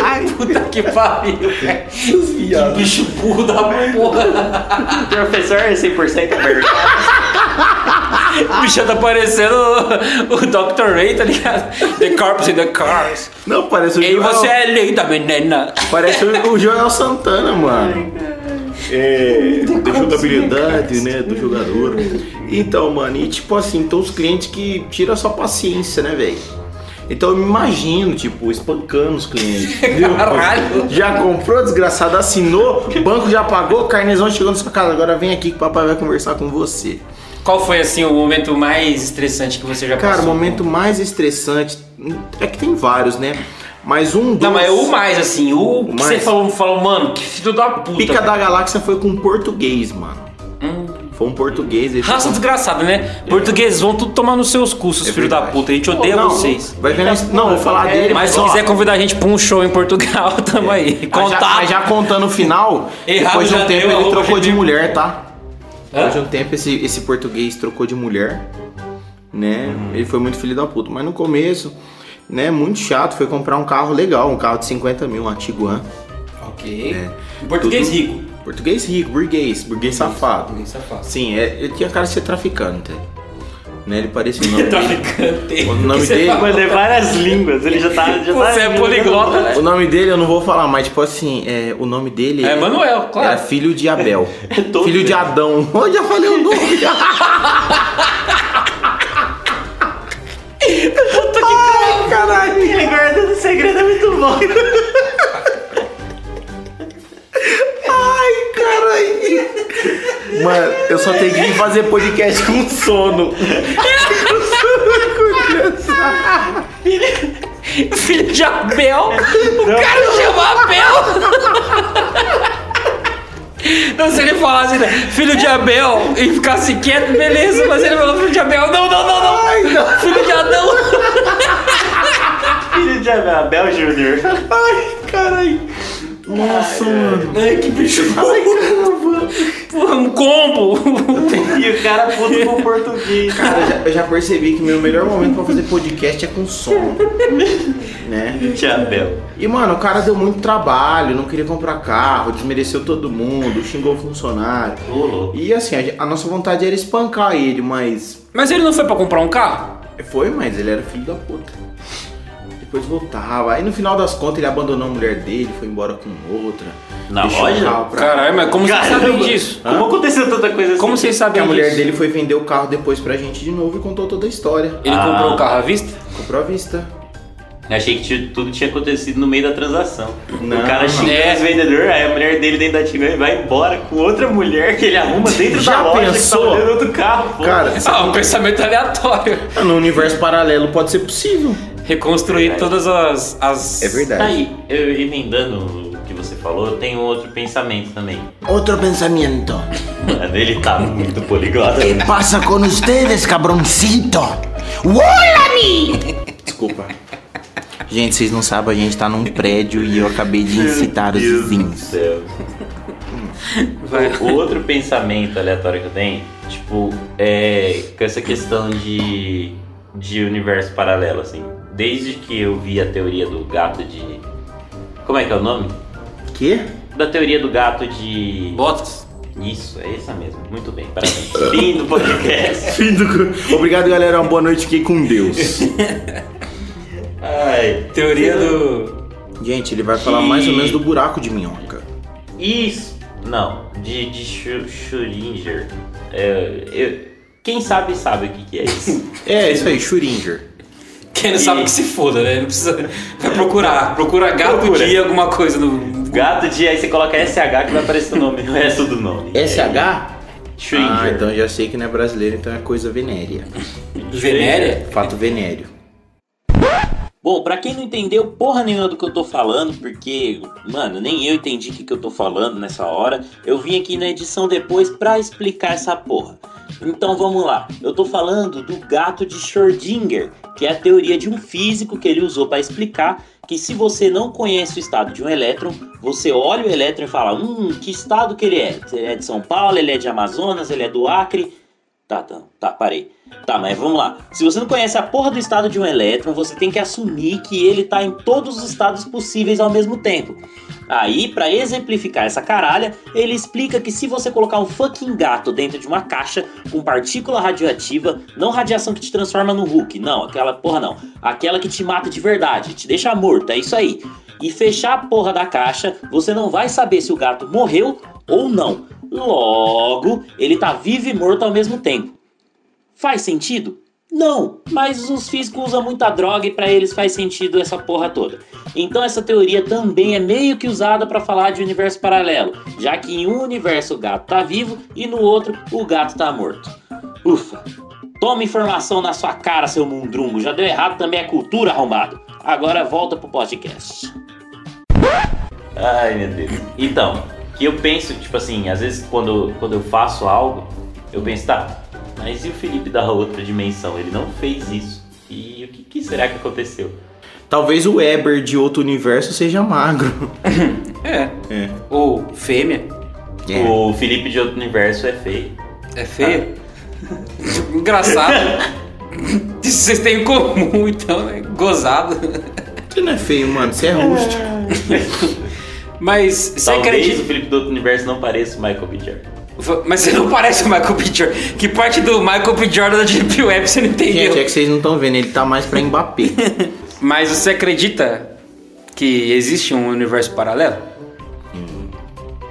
D: Ai,
B: Puta que pariu, velho. Que
D: viado.
B: bicho burro da porra.
C: Professor é 100% aberto.
B: O bicho tá parecendo o, o Dr. Ray, tá ligado? The Corpus in the Cars.
D: Não, parece o
B: E
D: Joel.
B: você é linda, menina.
D: Parece o o Joel Santana, mano. É, da jogabilidade, né, do jogador. Então, mano, e tipo assim, então os clientes que tiram a sua paciência, né, velho? Então eu me imagino, tipo, espancando os clientes. entendeu?
B: Caralho.
D: Já comprou, desgraçado, assinou, banco já pagou, carnezão chegou na sua casa. Agora vem aqui que o papai vai conversar com você.
B: Qual foi, assim, o momento mais estressante que você já
D: Cara, o
B: passou?
D: momento mais estressante. É que tem vários, né? Mas um dos.
B: Não, mas o mais, assim, o, que
D: mais.
B: você falou, falou, mano, que filho da puta.
D: Pica
B: cara. Hum.
D: da Galáxia foi com um português, mano. Foi um português. ele
B: Raça
D: foi- um
B: desgraçada, né? Portugueses vão tudo tomar nos seus cursos,
D: É
B: filho da
D: verdade.
B: puta. A gente odeia
D: não,
B: vocês. É,
D: Vai ver na... Não, vou falar dele.
B: Mas se
D: ó, É.
B: quiser convidar a gente pra um show em Portugal, tamo aí.
D: mas já,
B: Contato.
D: mas já contando o final,
B: Errado
D: depois de
B: já
D: um tempo
B: deu,
D: ele
B: arroba
D: trocou de
B: gmail.
D: mulher, tá?
B: Hã?
D: Depois de um tempo esse, esse português trocou de mulher, né?
B: Hum.
D: Ele foi muito filho da puta. Mas no começo, né, muito chato, foi comprar um carro legal, um carro de 50 mil, um Tiguan.
F: Ok.
B: Um Português
D: Tudo-
B: rico.
D: Português rico, burguês, burguês safado.
F: Isso é fácil.
D: Sim, é, ele tinha cara de ser traficante. Né? Ele parecia o nome dele.
B: Traficante.
D: O nome
B: Você
D: dele-
B: fala-
C: Mano, é várias línguas. Ele já tá. Já tá
B: Você é
C: já
B: poliglota, né?
D: O nome dele eu não vou falar, mas tipo assim, é, o nome dele
B: É Manuel, claro.
D: era filho de Abel.
C: todo
D: filho de
C: ele.
D: Adão. Eu já falei o nome. Ai, caralho.
C: Tá Ele guarda o segredo é muito bom.
D: Ai, caralho. Mano, eu só tenho que fazer podcast com sono.
B: Filho de Abel. O cara chama Abel. Não, se ele falasse, né? Filho de Abel e ficasse quieto, beleza. Mas ele falou filho de Abel. Não, não, não, não.
D: Ai, não.
B: Filho de Adão.
C: Filho de Abel Júnior.
D: Ai, caralho. Nossa, mano.
B: Ai, que bicho.
D: Ai, caramba.
B: Porra, um combo.
C: E o cara puto com português.
D: Cara, eu já, eu já percebi que meu melhor momento pra fazer podcast é com som. né?
C: Filho de Abel.
D: E, mano, o cara deu muito trabalho, não queria comprar carro, desmereceu todo mundo, xingou o funcionário.
C: Ô, louco.
D: E assim, a, a nossa vontade era espancar ele, mas.
B: Mas ele não foi pra comprar um carro?
D: Foi, mas ele era filho da puta. Depois voltava. Aí no final das contas ele abandonou a mulher dele, foi embora com outra.
C: Na
D: Deixou o
C: loja?
D: carro pra-
B: Caralho, mas como é vocês sabem
C: Caramba.
B: disso?
C: Como aconteceu tanta coisa assim?
B: Como vocês
D: Porque
B: sabem
D: a mulher
B: disso?
D: dele foi vender o carro depois pra gente de novo e contou toda a história.
B: Ele
C: Ah.
B: comprou o carro à vista?
D: Comprou à vista.
C: Achei que ti- tudo tinha acontecido no meio da transação.
D: Não,
C: o cara xingou
B: não.
C: os vendedores, aí a mulher dele dentro da Tigran e vai embora com outra mulher que ele arruma dentro da
D: Já
C: loja que
D: pensou?
C: tá vendendo outro carro. Pô.
D: Cara,
B: Ah, um pensamento aleatório.
D: no universo paralelo pode ser possível.
B: Reconstruir todas as, as.
D: É verdade.
C: Tá Aí, eu emendando o que você falou, eu tenho outro pensamento também.
D: Outro pensamento.
C: Mano, ele tá muito poliglota.
D: Passa com ustedes, cabroncito. Wolani! Desculpa. Gente, vocês não sabem, a gente tá num prédio e eu acabei de incitar os vizinhos.
C: céu.
B: Vai.
C: O outro pensamento aleatório que eu tenho, tipo, é com essa questão de, de universo paralelo, assim. Desde que eu vi a teoria do gato de Como é que é o nome?
D: Quê?
C: Da teoria do gato de.
B: Botas.
C: Isso, é essa mesmo. Muito bem, parabéns. Fim do podcast.
D: Fim do- Obrigado, galera. Uma boa noite. Fiquei com Deus.
C: Ai.
B: Teoria do.
D: Gente, ele vai falar mais ou menos do buraco de minhoca.
C: Isso. Não, de, de Schu- Schrödinger. É, eu- quem sabe, sabe o que, que é isso.
D: É, isso aí, Schuringer.
B: Quem não sabe que se foda, né? Não precisa. Vai procurar. Procura gato
C: Procura.
B: dia, alguma coisa no.
C: Gato de. Aí você coloca SH que vai aparecer o nome, É, o
D: É
C: resto do nome.
D: SH?
C: Schrödinger.
D: Ah, então já sei que não é brasileiro, então é coisa venérea.
B: Venéria?
D: Fato venéreo.
C: Bom, pra quem não entendeu porra nenhuma do que eu tô falando, porque, mano, nem eu entendi o que, que eu tô falando nessa hora, eu vim aqui na edição depois pra explicar essa porra. Então vamos lá, eu tô falando do gato de Schrödinger, que é a teoria de um físico que ele usou pra explicar que se você não conhece o estado de um elétron, você olha o elétron e fala, hum, que estado que ele é? Ele é de São Paulo, ele é de Amazonas, ele é do Acre? Tá, tá, tá, parei. Tá, mas vamos lá. Se você não conhece a porra do estado de um elétron, você tem que assumir que ele tá em todos os estados possíveis ao mesmo tempo. Aí, pra exemplificar essa caralha, ele explica que se você colocar um fucking gato dentro de uma caixa com partícula radioativa, não radiação que te transforma no Hulk, não, aquela porra não, aquela que te mata de verdade, te deixa morto, é isso aí. E fechar a porra da caixa, você não vai saber se o gato morreu ou não. Logo, ele tá vivo e morto ao mesmo tempo. Faz sentido? Não, mas os físicos usam muita droga e pra eles faz sentido essa porra toda. Então essa teoria também é meio que usada pra falar de universo paralelo, já que em um universo o gato tá vivo e no outro o gato tá morto. Ufa. Toma informação na sua cara, seu mundrungo. Já deu errado também a cultura, arrombado. Agora volta pro podcast. Ai, meu Deus. Então, que eu penso, tipo assim, às vezes quando, quando eu faço algo, eu penso, tá, mas e o Felipe da outra dimensão? Ele não fez isso. E o que, que será que aconteceu?
D: Talvez o Weber de outro universo seja magro.
B: É.
D: É.
B: Ou fêmea?
D: É.
C: O Felipe de outro universo é feio.
B: É feia? Engraçado. Isso vocês têm em comum, então, né? Gozado.
D: Você não é feio, mano. Você é rústico.
B: Mas você
C: Talvez
B: acredita.
C: o Felipe do outro universo não pareça o Michael B. Jordan.
B: Mas você não parece o Michael B. Jordan. Que parte do Michael B. Jordan da Deep Web você não entendeu?
D: Gente, é que vocês não estão vendo. Ele tá mais pra Mbappé.
B: Mas você acredita que existe um universo paralelo?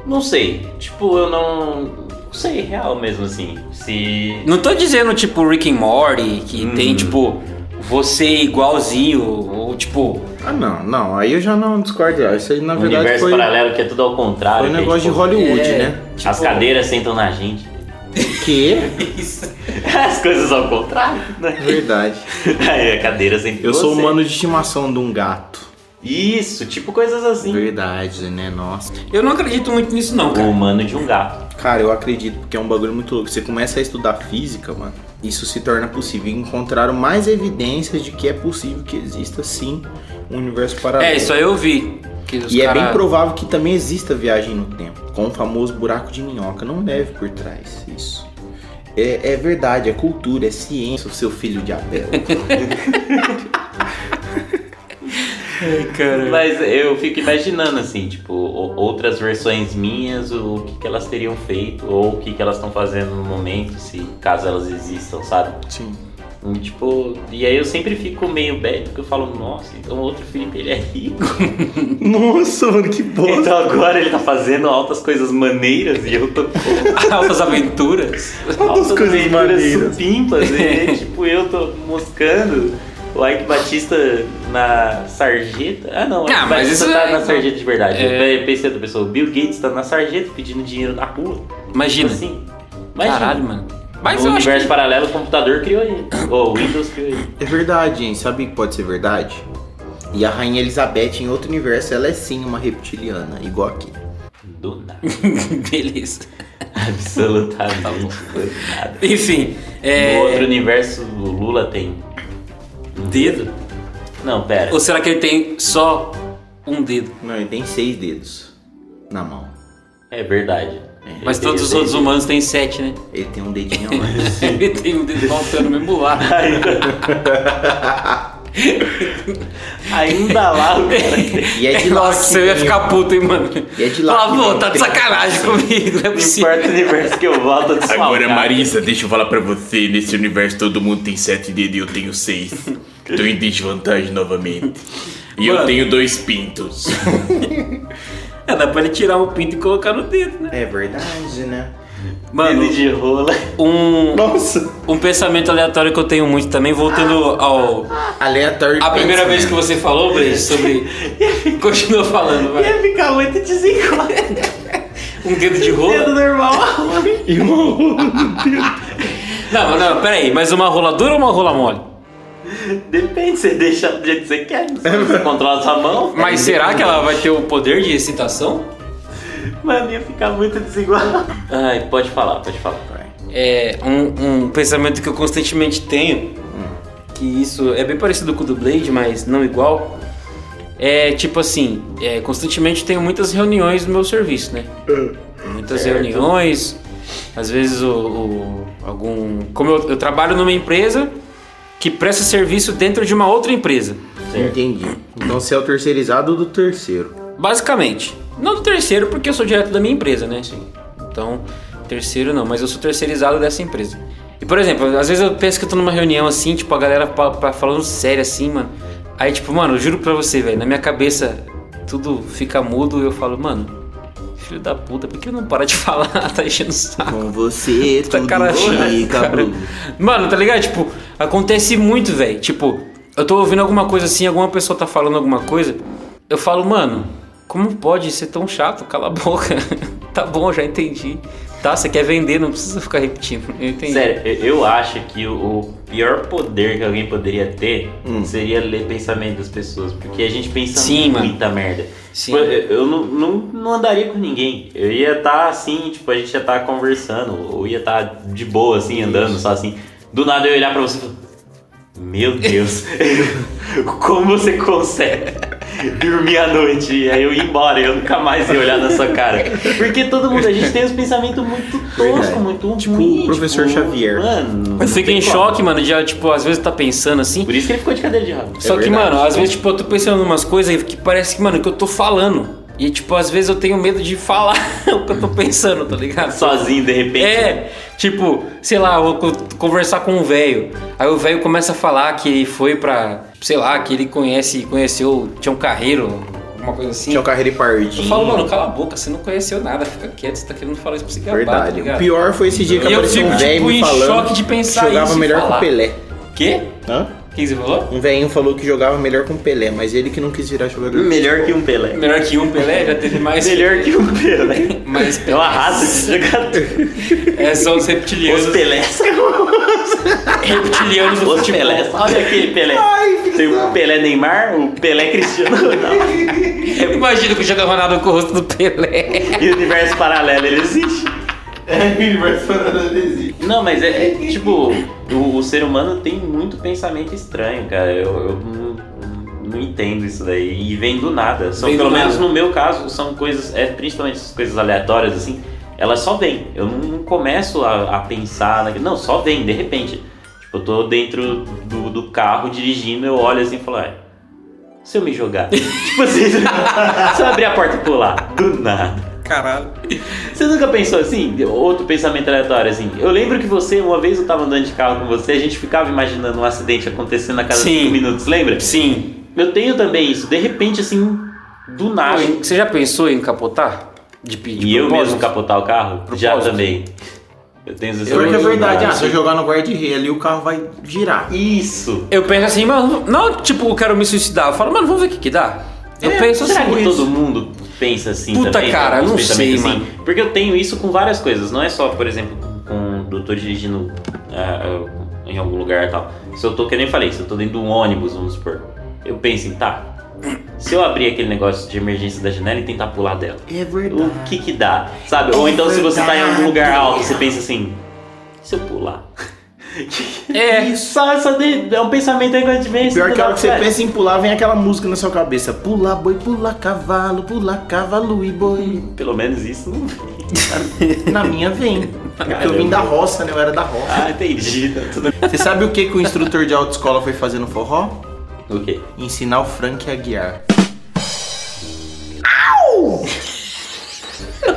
C: Não sei. Tipo, eu não. Não sei, real mesmo assim. Se.
B: Não tô dizendo, tipo, Rick and Morty, que tem, tipo, você igualzinho, ou, tipo...
D: ah, não. Não. Aí eu já não discordo. Isso aí, na
C: Um
D: verdade,
C: universo
D: foi, foi
C: paralelo que é tudo ao contrário.
D: um
C: que é,
D: negócio de
C: tipo,
D: Hollywood,
B: é,
D: né?
B: tipo,
C: As cadeiras sentam na gente.
D: Que? É
C: As coisas ao contrário, né?
D: Verdade.
C: Aí a cadeira sempre.
D: Eu sou
C: você.
D: humano de estimação de um gato.
C: Isso, tipo coisas assim.
D: Verdade, né? Nossa.
B: Eu não acredito muito nisso, não,
C: O
G: Uhum.
B: cara.
C: humano de um gato.
D: Cara, eu acredito, porque é um bagulho muito louco. Você começa a estudar física, mano, isso se torna possível. E Encontraram mais evidências de que é possível que exista, sim, um universo paralelo.
B: É, isso aí eu vi. que os
D: E é
B: cara-
D: bem provável que também exista viagem no tempo, com o famoso buraco de minhoca. Não deve por trás isso. É, é verdade, é cultura, é ciência, o seu filho de Abel.
C: Mas eu fico imaginando assim, tipo, o- outras versões minhas, o o que, que elas teriam feito, ou o que, que elas estão fazendo no momento, se caso elas existam, sabe?
D: Sim.
C: E, Tipo, e aí eu sempre fico meio bad, porque eu falo, nossa, então o outro Felipe ele é rico.
D: Nossa, mano, que bosta.
C: Então agora ele tá fazendo altas coisas maneiras e eu tô com
B: Altas aventuras.
C: altas
D: coisas
C: leituras
D: maneiras.
C: supimpas, e tipo, eu tô moscando. O Ike Batista na sarjeta. Ah, não. o Ike
B: Ah, mas
C: Batista
B: isso
C: tá
B: é-
C: na sarjeta de verdade.
B: É.
C: Eu pensei outra pessoa. O Bill Gates tá na sarjeta pedindo dinheiro na rua. Tipo
B: Imagina.
C: assim. Imagina.
B: Caralho, mano. Mas
C: no
B: eu acho
C: universo
B: que...
C: paralelo, o computador criou ele. Ou o Windows criou ele.
D: É verdade, gente. Sabe o que pode ser verdade? E a Rainha Elizabeth, em outro universo, ela é sim uma reptiliana, igual aqui.
C: Do nada.
B: Beleza.
C: Absolutamente. do nada.
B: Enfim,
C: No
B: é...
C: outro universo, o Lula tem. um
B: Dedo?
C: Não, pera.
B: Ou será que ele tem só um dedo?
D: Não, ele tem seis dedos na mão.
C: É verdade.
B: Mas
C: Ele
B: todos os
C: tem-
B: outros humanos têm sete, né?
D: Ele tem um dedinho a mais.
B: Ele tem um dedo faltando mesmo lá.
G: Ainda lá o cara
D: E é de lá.
B: Nossa, eu ia ficar puto, hein, mano.
D: E é de lá
B: Fala,
D: que
B: pô,
D: vem um
B: tá de
D: treta,
B: sacanagem comigo, não é
G: Não
B: possível.
G: importa o universo que eu volto, eu desfalco.
E: Agora, Marisa, deixa eu falar pra você. Nesse universo todo mundo tem sete dedos e eu tenho seis. Tô em desvantagem novamente. E eu
B: Mano.
E: tenho dois pintos.
B: É, dá pra ele tirar um pinto e colocar no dedo, né?
D: É verdade, né?
B: Mano,
G: de rola.
B: um,
D: Nossa.
B: um pensamento aleatório que eu tenho muito também, voltando ao.
D: Aleatório.
B: A primeira vez que você falou, Brejo, sobre. Continua falando, vai.
G: Ia ficar muito desencontrado.
B: Um dedo de
G: Dedo
B: rola?
G: normal.
B: Não, não, peraí, mas uma rola dura ou uma rola mole?
G: Depende, você deixa do jeito que você quer. Você controla sua mão.
B: Mas
D: É,
B: será que ela vai ter o poder de excitação?
G: Mano, ia ficar muito desigual. Ai, pode falar, pode falar.
B: é um, um pensamento que eu constantemente tenho, que isso é bem parecido com o do Blade, mas não igual. É tipo assim, é, constantemente tenho muitas reuniões no meu serviço, né? Muitas reuniões, às vezes o, o- algum. Como eu, eu trabalho numa empresa que presta serviço dentro de uma outra empresa.
D: Entendi. Então você é o terceirizado do terceiro.
B: Basicamente. Não do terceiro, porque eu sou direto da minha empresa, né? Sim. Então, terceiro não, mas eu sou terceirizado dessa empresa. E, por exemplo, às vezes eu penso que eu tô numa reunião assim, tipo, a galera pa- pa- falando sério assim, mano. Aí, tipo, mano, eu juro pra você, velho, na minha cabeça tudo fica mudo e eu falo, mano, filho da puta, por que não para de falar? tá enchendo o saco.
D: Com você,
B: Tá
D: tudo
B: cara
D: fica,
B: cara.
D: Bruno.
B: Mano, tá ligado? Tipo, acontece muito, velho. Tipo, eu tô ouvindo alguma coisa assim, alguma pessoa tá falando alguma coisa, eu falo, mano, como pode ser tão chato? Cala a boca. tá bom, já entendi. Tá, você quer vender, não precisa ficar repetindo. Eu entendi.
G: Sério, eu eu acho que o o pior poder que alguém poderia ter
D: Hum.
G: seria ler pensamento das pessoas. Porque a gente pensa
B: Sim, mano.
G: muita merda.
B: Sim.
G: Tipo, Eu, eu não, não, não andaria com ninguém. Eu ia estar assim, tipo, a gente ia estar conversando. Ou ia estar de boa, assim, andando, só assim. Do nada eu ia olhar pra você e falar, Meu Deus, como você consegue dormir à noite? E aí eu ia embora, eu nunca mais ia olhar na sua cara. Porque todo mundo, a gente tem uns pensamentos muito toscos,
D: Verdade.
G: muito ruins.
D: Tipo o professor Xavier.
G: Mano,
B: Eu
G: não
B: fico
G: tem
B: em
G: como.
B: choque, mano, de, tipo, às vezes tá pensando assim.
G: Por isso que ele ficou de cadeira de rodas.
B: Só que,
D: verdade.
B: mano, às vezes, tipo, eu tô pensando em umas coisas que parece que, mano, que eu tô falando. E, tipo, às vezes eu tenho medo de falar o que eu tô pensando, tá ligado?
G: Sozinho, de repente.
B: É, tipo, sei lá, eu vou co- conversar com um velho. Aí o velho começa a falar que ele foi pra, sei lá, que ele conhece, conheceu, tinha um carreiro, alguma coisa assim.
G: um
D: Tinha o carreira e
B: Eu
D: pardinho.
B: falo, mano, cala a boca, você não conheceu nada, fica quieto, você tá querendo falar isso pra se gabar, tá
D: Verdade.
B: ligado?
D: o pior foi esse dia que
B: E eu
D: apareceu
B: fico,
D: um velho
B: tipo,
D: me
B: em
D: falando
B: choque de pensar
D: que jogava
B: isso e
D: melhor
B: falar.
D: com o Pelé.
B: Quê?
D: Hã?
B: O que você falou?
D: Um velhinho falou que jogava melhor com o Pelé, mas ele que não quis virar jogador.
G: Melhor que um Pelé.
B: Melhor que um Pelé, já teve mais.
G: Melhor que um Pelé.
B: mais
G: É uma
B: Pelé.
G: raça de jogador.
B: É só os
G: Os
B: reptilianos.
G: Pelés.
B: Reptilianos do
G: Os
B: futebol.
G: Pelés. Olha aquele Pelé. Tem o Pelé Neymar, o Pelé Cristiano Ronaldo.
B: Imagina que eu jogava nada com o rosto do Pelé.
G: E o universo paralelo, ele existe.
D: É, universo existe.
G: Não, mas é, é, tipo, o, o ser humano tem muito pensamento estranho, cara. Eu, eu não, não entendo isso daí. E vem do nada. São,
B: Vem do
G: pelo menos
B: nada.
G: no meu caso, são coisas, é, principalmente essas coisas aleatórias, assim, elas só vêm. Eu não, não começo a, a pensar naquilo. Não, só vem, de repente. Tipo, eu tô dentro do, do carro dirigindo, eu olho assim e falo, "Ah, se eu me jogar. tipo assim, se eu abrir a porta e pular, do nada.
B: Caralho.
G: Você nunca pensou assim? Outro pensamento aleatório, assim. Eu lembro que você, uma vez eu tava andando de carro com você, a gente ficava imaginando um acidente acontecendo a cada
B: Sim.
G: cinco minutos, lembra?
B: Sim.
G: Eu tenho também isso. De repente, assim, do nada.
B: Você já pensou em capotar? De pedir
G: E eu mesmo capotar o carro? Já
B: Propósito.
G: também. Eu tenho esses
D: Porque é verdade, ah,
G: problemas.
D: se eu jogar no guarda-rei ali, o carro vai girar.
G: Isso.
B: Eu penso assim, mano, não tipo, eu quero me suicidar. Eu falo, mano, vamos ver o que que dá. Eu
G: É,
B: penso
G: será
B: assim.
G: que todo mundo pensa assim
B: Puta,
G: também?
B: cara,
G: Alguns
B: não
G: pensamentos
B: sei,
G: assim?
B: mano.
G: Porque eu tenho isso com várias coisas, não é só, por exemplo, com eu tô dirigindo ah, ah, em algum lugar e tal. Se eu tô, que eu nem falei, se eu tô dentro de um ônibus, vamos supor, eu penso em, tá, se eu abrir aquele negócio de emergência da janela e tentar pular dela,
D: É
G: o que que dá, sabe? Ou então se você tá em algum lugar alto, você pensa assim, se eu pular...
B: É.
G: Só, só de- é um pensamento aí que a gente vem...
D: Pior é que a hora que você
G: velho.
D: pensa em pular, vem aquela música na sua cabeça. Pula boi, pula cavalo, pula cavalo e boi.
G: Pelo menos isso não vem.
D: Na minha vem. É porque eu vim da roça, né? Eu era da roça.
G: Ah, entendi. Tudo
D: Você sabe o que, que o instrutor de autoescola foi fazer no forró?
G: O quê?
D: Ensinar o Frank a guiar.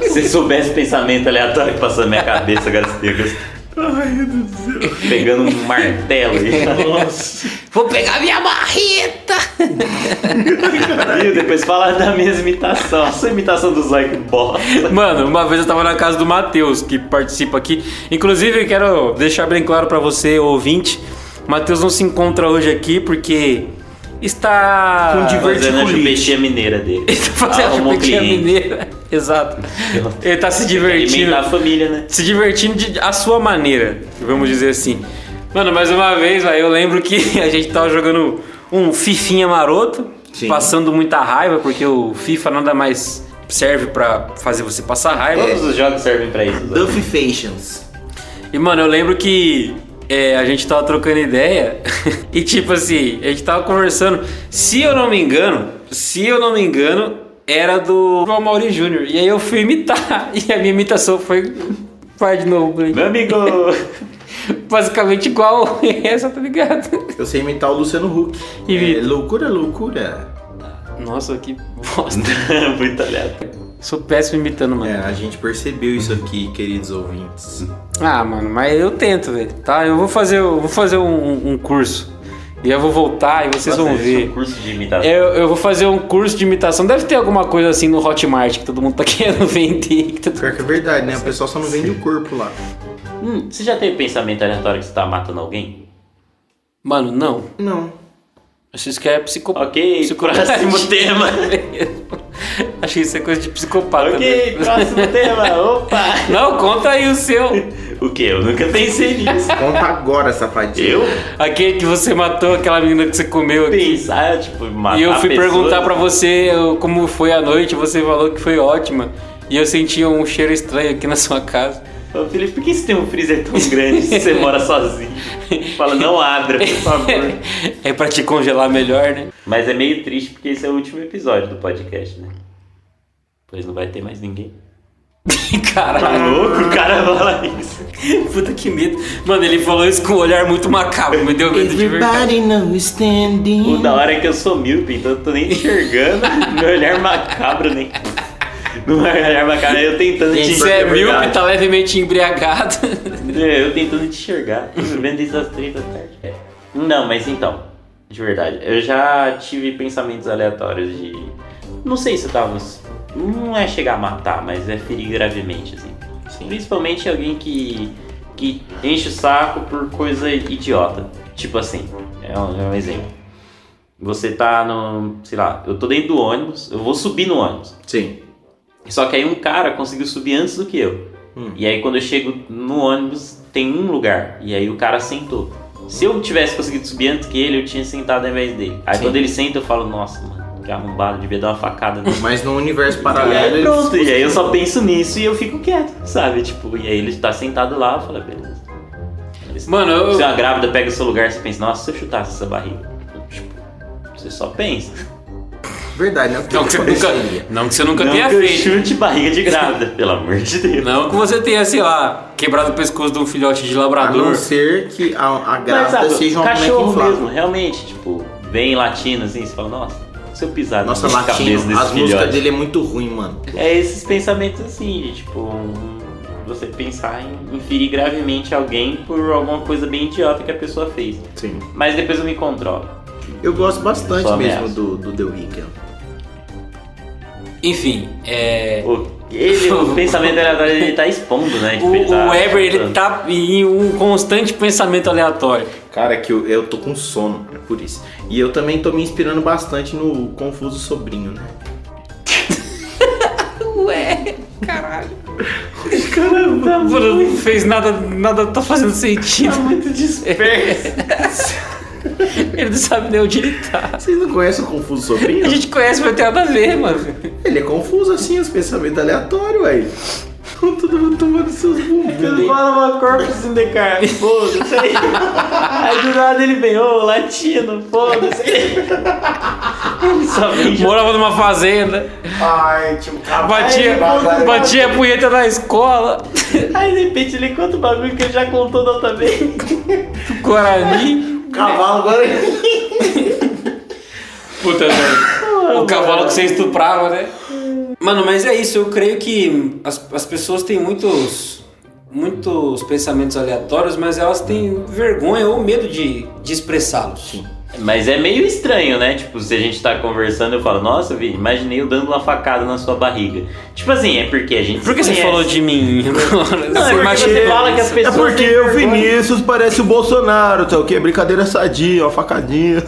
G: Se soubesse o pensamento aleatório que passou na minha cabeça, Gastegas.
H: Ai, meu Deus do céu.
G: Pegando um martelo aí.
B: Vou pegar minha marreta!
G: E depois fala da mesma imitação. A sua imitação do Zóio que bosta.
B: Mano, uma vez eu tava na casa do Matheus, que participa aqui. Inclusive, eu quero deixar bem claro pra você, ouvinte. Matheus não se encontra hoje aqui porque está.
D: Com diver-
G: Fazendo a
D: Diverticulite.
G: peixinha mineira dele.
B: Ele tá fazendo
G: Ah, Arrumou um
B: chupetinha
G: cliente.
B: mineira. Exato. Ele tá se divertindo.
G: Alimentar a família, né?
B: se divertindo de, à sua maneira, vamos dizer assim. Mano, mais uma vez, vai, eu lembro que a gente tava jogando um Fifinha maroto,
D: Sim.
B: passando muita raiva, porque o FIFA nada mais serve pra fazer você passar raiva.
G: Todos os jogos servem pra isso. né? Zóio.
D: Duffy Fations.
B: E, mano, eu lembro que é, a gente tava trocando ideia e, tipo assim, a gente tava conversando. Se eu não me engano, se eu não me engano, era do João Mauri Júnior. E aí eu fui imitar. E a minha imitação foi. Vai de novo, né? Blake.
G: Meu amigo!
B: Basicamente igual essa, tá ligado?
D: Eu sei imitar o Luciano Huck.
B: E
D: É,
B: Vitor?
D: loucura, loucura.
B: Nossa, que bosta.
G: Muito aleatório.
B: Sou péssimo imitando, mano.
D: É, a gente percebeu isso aqui, queridos ouvintes.
B: Ah, mano, mas eu tento, velho. Tá, eu vou fazer, eu vou fazer um, um curso. E eu vou voltar e vocês
G: Nossa,
B: vão
G: existe
B: ver.
G: um curso de imitação.
B: Eu, eu vou fazer um curso de imitação. Deve ter alguma coisa assim no Hotmart que todo mundo tá querendo vender. que tá todo-
D: Pior que é verdade, né? O pessoal só não vende o corpo lá.
G: Hum, você já teve pensamento aleatório que você tá matando alguém?
B: Mano, não.
D: Não.
B: Acho que isso que é psicopata.
G: Ok,
B: Psicopata.
G: próximo tema.
B: Acho que isso é coisa de psicopata.
G: ok,
B: né?
G: próximo tema. Opa!
B: Não, conta aí o seu.
G: O que? Eu nunca pensei nisso.
D: Conta agora, safadinho.
G: Eu
B: Aquele que você matou, aquela menina que você comeu aqui.
G: pensar, tipo, matar
B: E eu fui
G: pessoas.
B: perguntar pra você eu, como foi a noite, você falou que foi ótima. E eu senti um cheiro estranho aqui na sua casa.
G: Ô, Felipe, por que você tem um freezer tão grande se você mora sozinho? Fala, não abra, por favor.
B: é pra te congelar melhor, né?
G: Mas é meio triste porque esse é o último episódio do podcast, né? Pois não vai ter mais ninguém. Tá
B: Caralho.
G: louco? O cara fala isso.
B: Puta que medo. Mano, ele falou isso com um olhar muito macabro, me deu medo de verdade.
D: Everybody know
G: O
D: standing.
G: da hora é que eu sou míope, então eu tô nem enxergando. meu olhar macabro nem. Meu olhar macabro, eu tentando te
B: Você é
G: enxergar.
B: míope, tá levemente embriagado.
G: É, eu tentando te enxergar. Vendo desde as três da tarde. É. Não, mas então, de verdade, eu já tive pensamentos aleatórios de. Não sei se eu tava. Não é chegar a matar, mas é ferir gravemente, assim. Principalmente alguém que. que enche o saco por coisa idiota. Tipo assim, é um, é um exemplo. Você tá no. sei lá, eu tô dentro do ônibus, eu vou subir no ônibus.
D: Sim.
G: Só que aí um cara conseguiu subir antes do que eu.
D: Hum.
G: E aí quando eu chego no ônibus, tem um lugar. E aí o cara sentou. Se eu tivesse conseguido subir antes que ele, eu tinha sentado ao invés dele. Aí
D: Sim.
G: quando ele senta, eu falo, nossa, mano, que arrombado, devia dar uma facada nele.
D: Mas no universo
G: E
D: paralelo.
B: é
G: aí,
D: eles-
G: É, pronto, e aí eu só penso nisso e eu fico quieto, sabe? Tipo, e aí ele tá sentado lá, eu falo, beleza.
B: Mano, eu-
G: Se uma grávida pega o seu lugar, você pensa, nossa, se eu chutasse essa barriga. Tipo, você só pensa.
D: Verdade, né?
B: Não que você nunca, não que você nunca tenha
G: que eu
B: feito.
G: chute barriga de grávida, pelo amor de Deus.
B: Não que você tenha, sei lá, quebrado o pescoço de um filhote de
D: A
B: labrador.
D: não ser que a, a
G: Mas,
D: grávida
G: sabe,
D: seja uma boneca
G: cachorro mesmo,
D: inflável.
G: realmente, tipo, bem latino assim, você fala, nossa, se eu pisar
D: Nossa,
G: na
D: latino,
G: cabeça desse
D: as músicas
G: filhote.
D: dele é muito ruim, mano.
G: É esses pensamentos assim, de, tipo, um- você pensar em, em ferir gravemente alguém por alguma coisa bem idiota que a pessoa fez.
D: Sim.
G: Mas depois eu me controlo.
D: Eu gosto bastante
G: Só
D: mesmo
G: ameaça.
D: do, do The Weeknd.
B: Enfim, é.
G: O, ele, o pensamento aleatório, ele tá expondo, né?
B: O,
G: Tipo, ele tá
B: o Weber, ele
G: contando.
B: tá em um constante pensamento aleatório.
D: Cara, é que eu, eu tô com sono, é por isso. E eu também tô me inspirando bastante no Confuso Sobrinho, né?
B: Mano, não fez nada, nada tá fazendo sentido. muito disperso. Ele não sabe nem onde ele tá.
D: Vocês não conhecem o Confuso
B: A
D: Sobrinho?
B: gente conhece, mas não tem nada a ver, mano.
D: Ele é confuso assim, os pensamentos aleatórios, aí. Estão todo mundo tomando seus
B: tá
D: bumbos.
G: Fala uma corpus
B: assim, né,
G: in the car, foda-se. Aí do nada ele vem, ô latino, foda-se. Ele só vem jogando.
B: Morava numa fazenda,
D: Ai, tipo,
B: batia, batia a punheta na escola,
G: Aí de repente ele conta o bagulho que ele já contou da outra vez.
D: um
B: Guarani.
D: cavalo agora.
B: Puta, velho. O cavalo que você estuprava, né? Mano, mas é isso. Eu creio que as, as pessoas têm muitos, muitos pensamentos aleatórios, mas elas têm vergonha ou medo de, de expressá-los.
G: Mas é meio estranho, né? Tipo, se a gente tá conversando, eu falo, nossa, Vi, imaginei eu dando uma facada na sua barriga. Tipo assim, é porque a gente.
B: Por que
G: se
B: você
G: conhece.
B: falou de mim agora?
G: Não, é porque você
B: imaginou
G: fala que as
B: isso?
D: É
G: pessoas. têm
D: porque o
G: vergonha.
D: Vinícius parece o Bolsonaro, tá o quê? Brincadeira sadia, uma facadinha.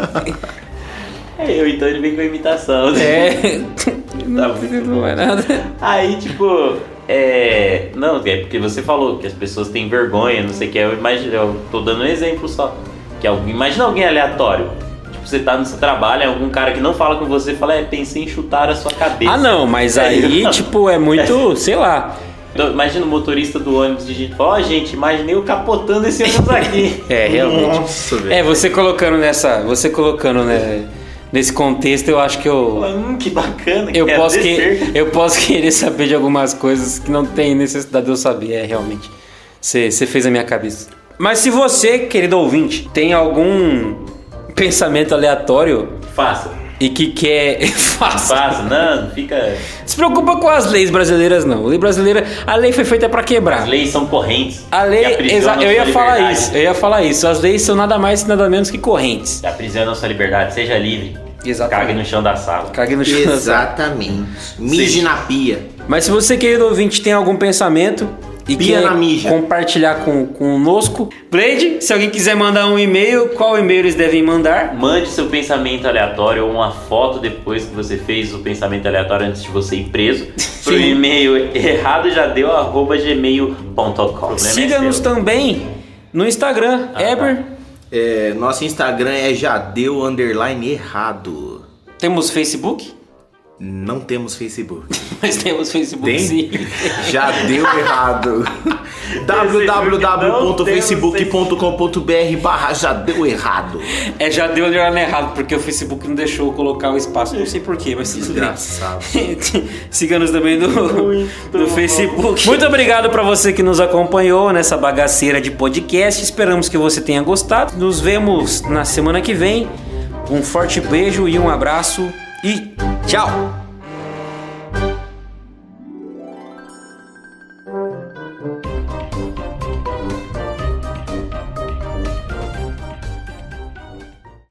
G: É eu, então ele vem com a imitação. né?
B: É.
G: Tá muito
B: Não é nada.
G: Aí, tipo, é. Não, é porque você falou que as pessoas têm vergonha, não sei o que. Eu imagino, eu tô dando um exemplo só. Que alguém, imagina alguém aleatório. Tipo, você tá no seu trabalho, é algum cara que não fala com você fala, é, pensei em chutar a sua cabeça.
B: Ah, não, mas aí,
G: Não.
B: tipo, é muito, sei lá.
G: Então, Imagina o motorista do ônibus de gente fala, ó, gente, imaginei eu capotando esse ônibus aqui.
B: É, realmente.
I: Nossa, velho.
B: É, você colocando nessa. Você colocando né, nesse contexto, eu acho que eu.
G: Fala, hum, que bacana,
B: Eu
G: quero
B: posso, que,
G: descer."
B: eu posso querer saber de algumas coisas que não tem necessidade de eu saber, é realmente. Você você fez a minha cabeça. Mas se você, querido ouvinte, tem algum pensamento aleatório
G: Faça,
B: e que quer. Faça.
G: faça, não, fica.
B: Se preocupa com as leis brasileiras, não. Lei brasileira, a lei foi feita pra quebrar.
G: As leis são correntes.
B: A lei,
G: que
B: exa- eu
G: aprisionam sua
B: ia falar
G: liberdade.
B: isso, eu ia falar isso. As leis são nada mais e nada menos que correntes.
G: Que aprisionam sua liberdade, seja livre.
B: Exatamente.
G: Cague no chão da sala.
B: Caguei no chão.
D: Exatamente. Mije
G: Sim.
D: na pia.
B: Mas se você, querido ouvinte, tem algum pensamento e
D: Pia
B: quer
D: na mija.
B: compartilhar com, conosco, Blade, se alguém quiser mandar um e-mail, qual e-mail eles devem mandar?
G: Mande seu pensamento aleatório ou uma foto depois que você fez o pensamento aleatório antes de você ir preso pro e-mail errado já deu arroba gmail.com.
B: Siga-nos também no Instagram,
G: é Ah,
B: Eber.
D: É, nosso Instagram é jadeu underline errado.
B: Temos Facebook?
D: Não temos Facebook.
B: Mas temos Facebook
D: Tem?
B: sim.
D: Já deu errado. www.facebook.com.br barra já deu errado.
B: É, já deu olhar errado, porque o Facebook não deixou eu colocar o espaço. Não sei porquê, mas tudo bem.
D: Desgraçado.
B: Siga-nos também no, no Facebook. Muito obrigado pra você que nos acompanhou nessa bagaceira de podcast. Esperamos que você tenha gostado. Nos vemos na semana que vem. Um forte beijo e um abraço e tchau!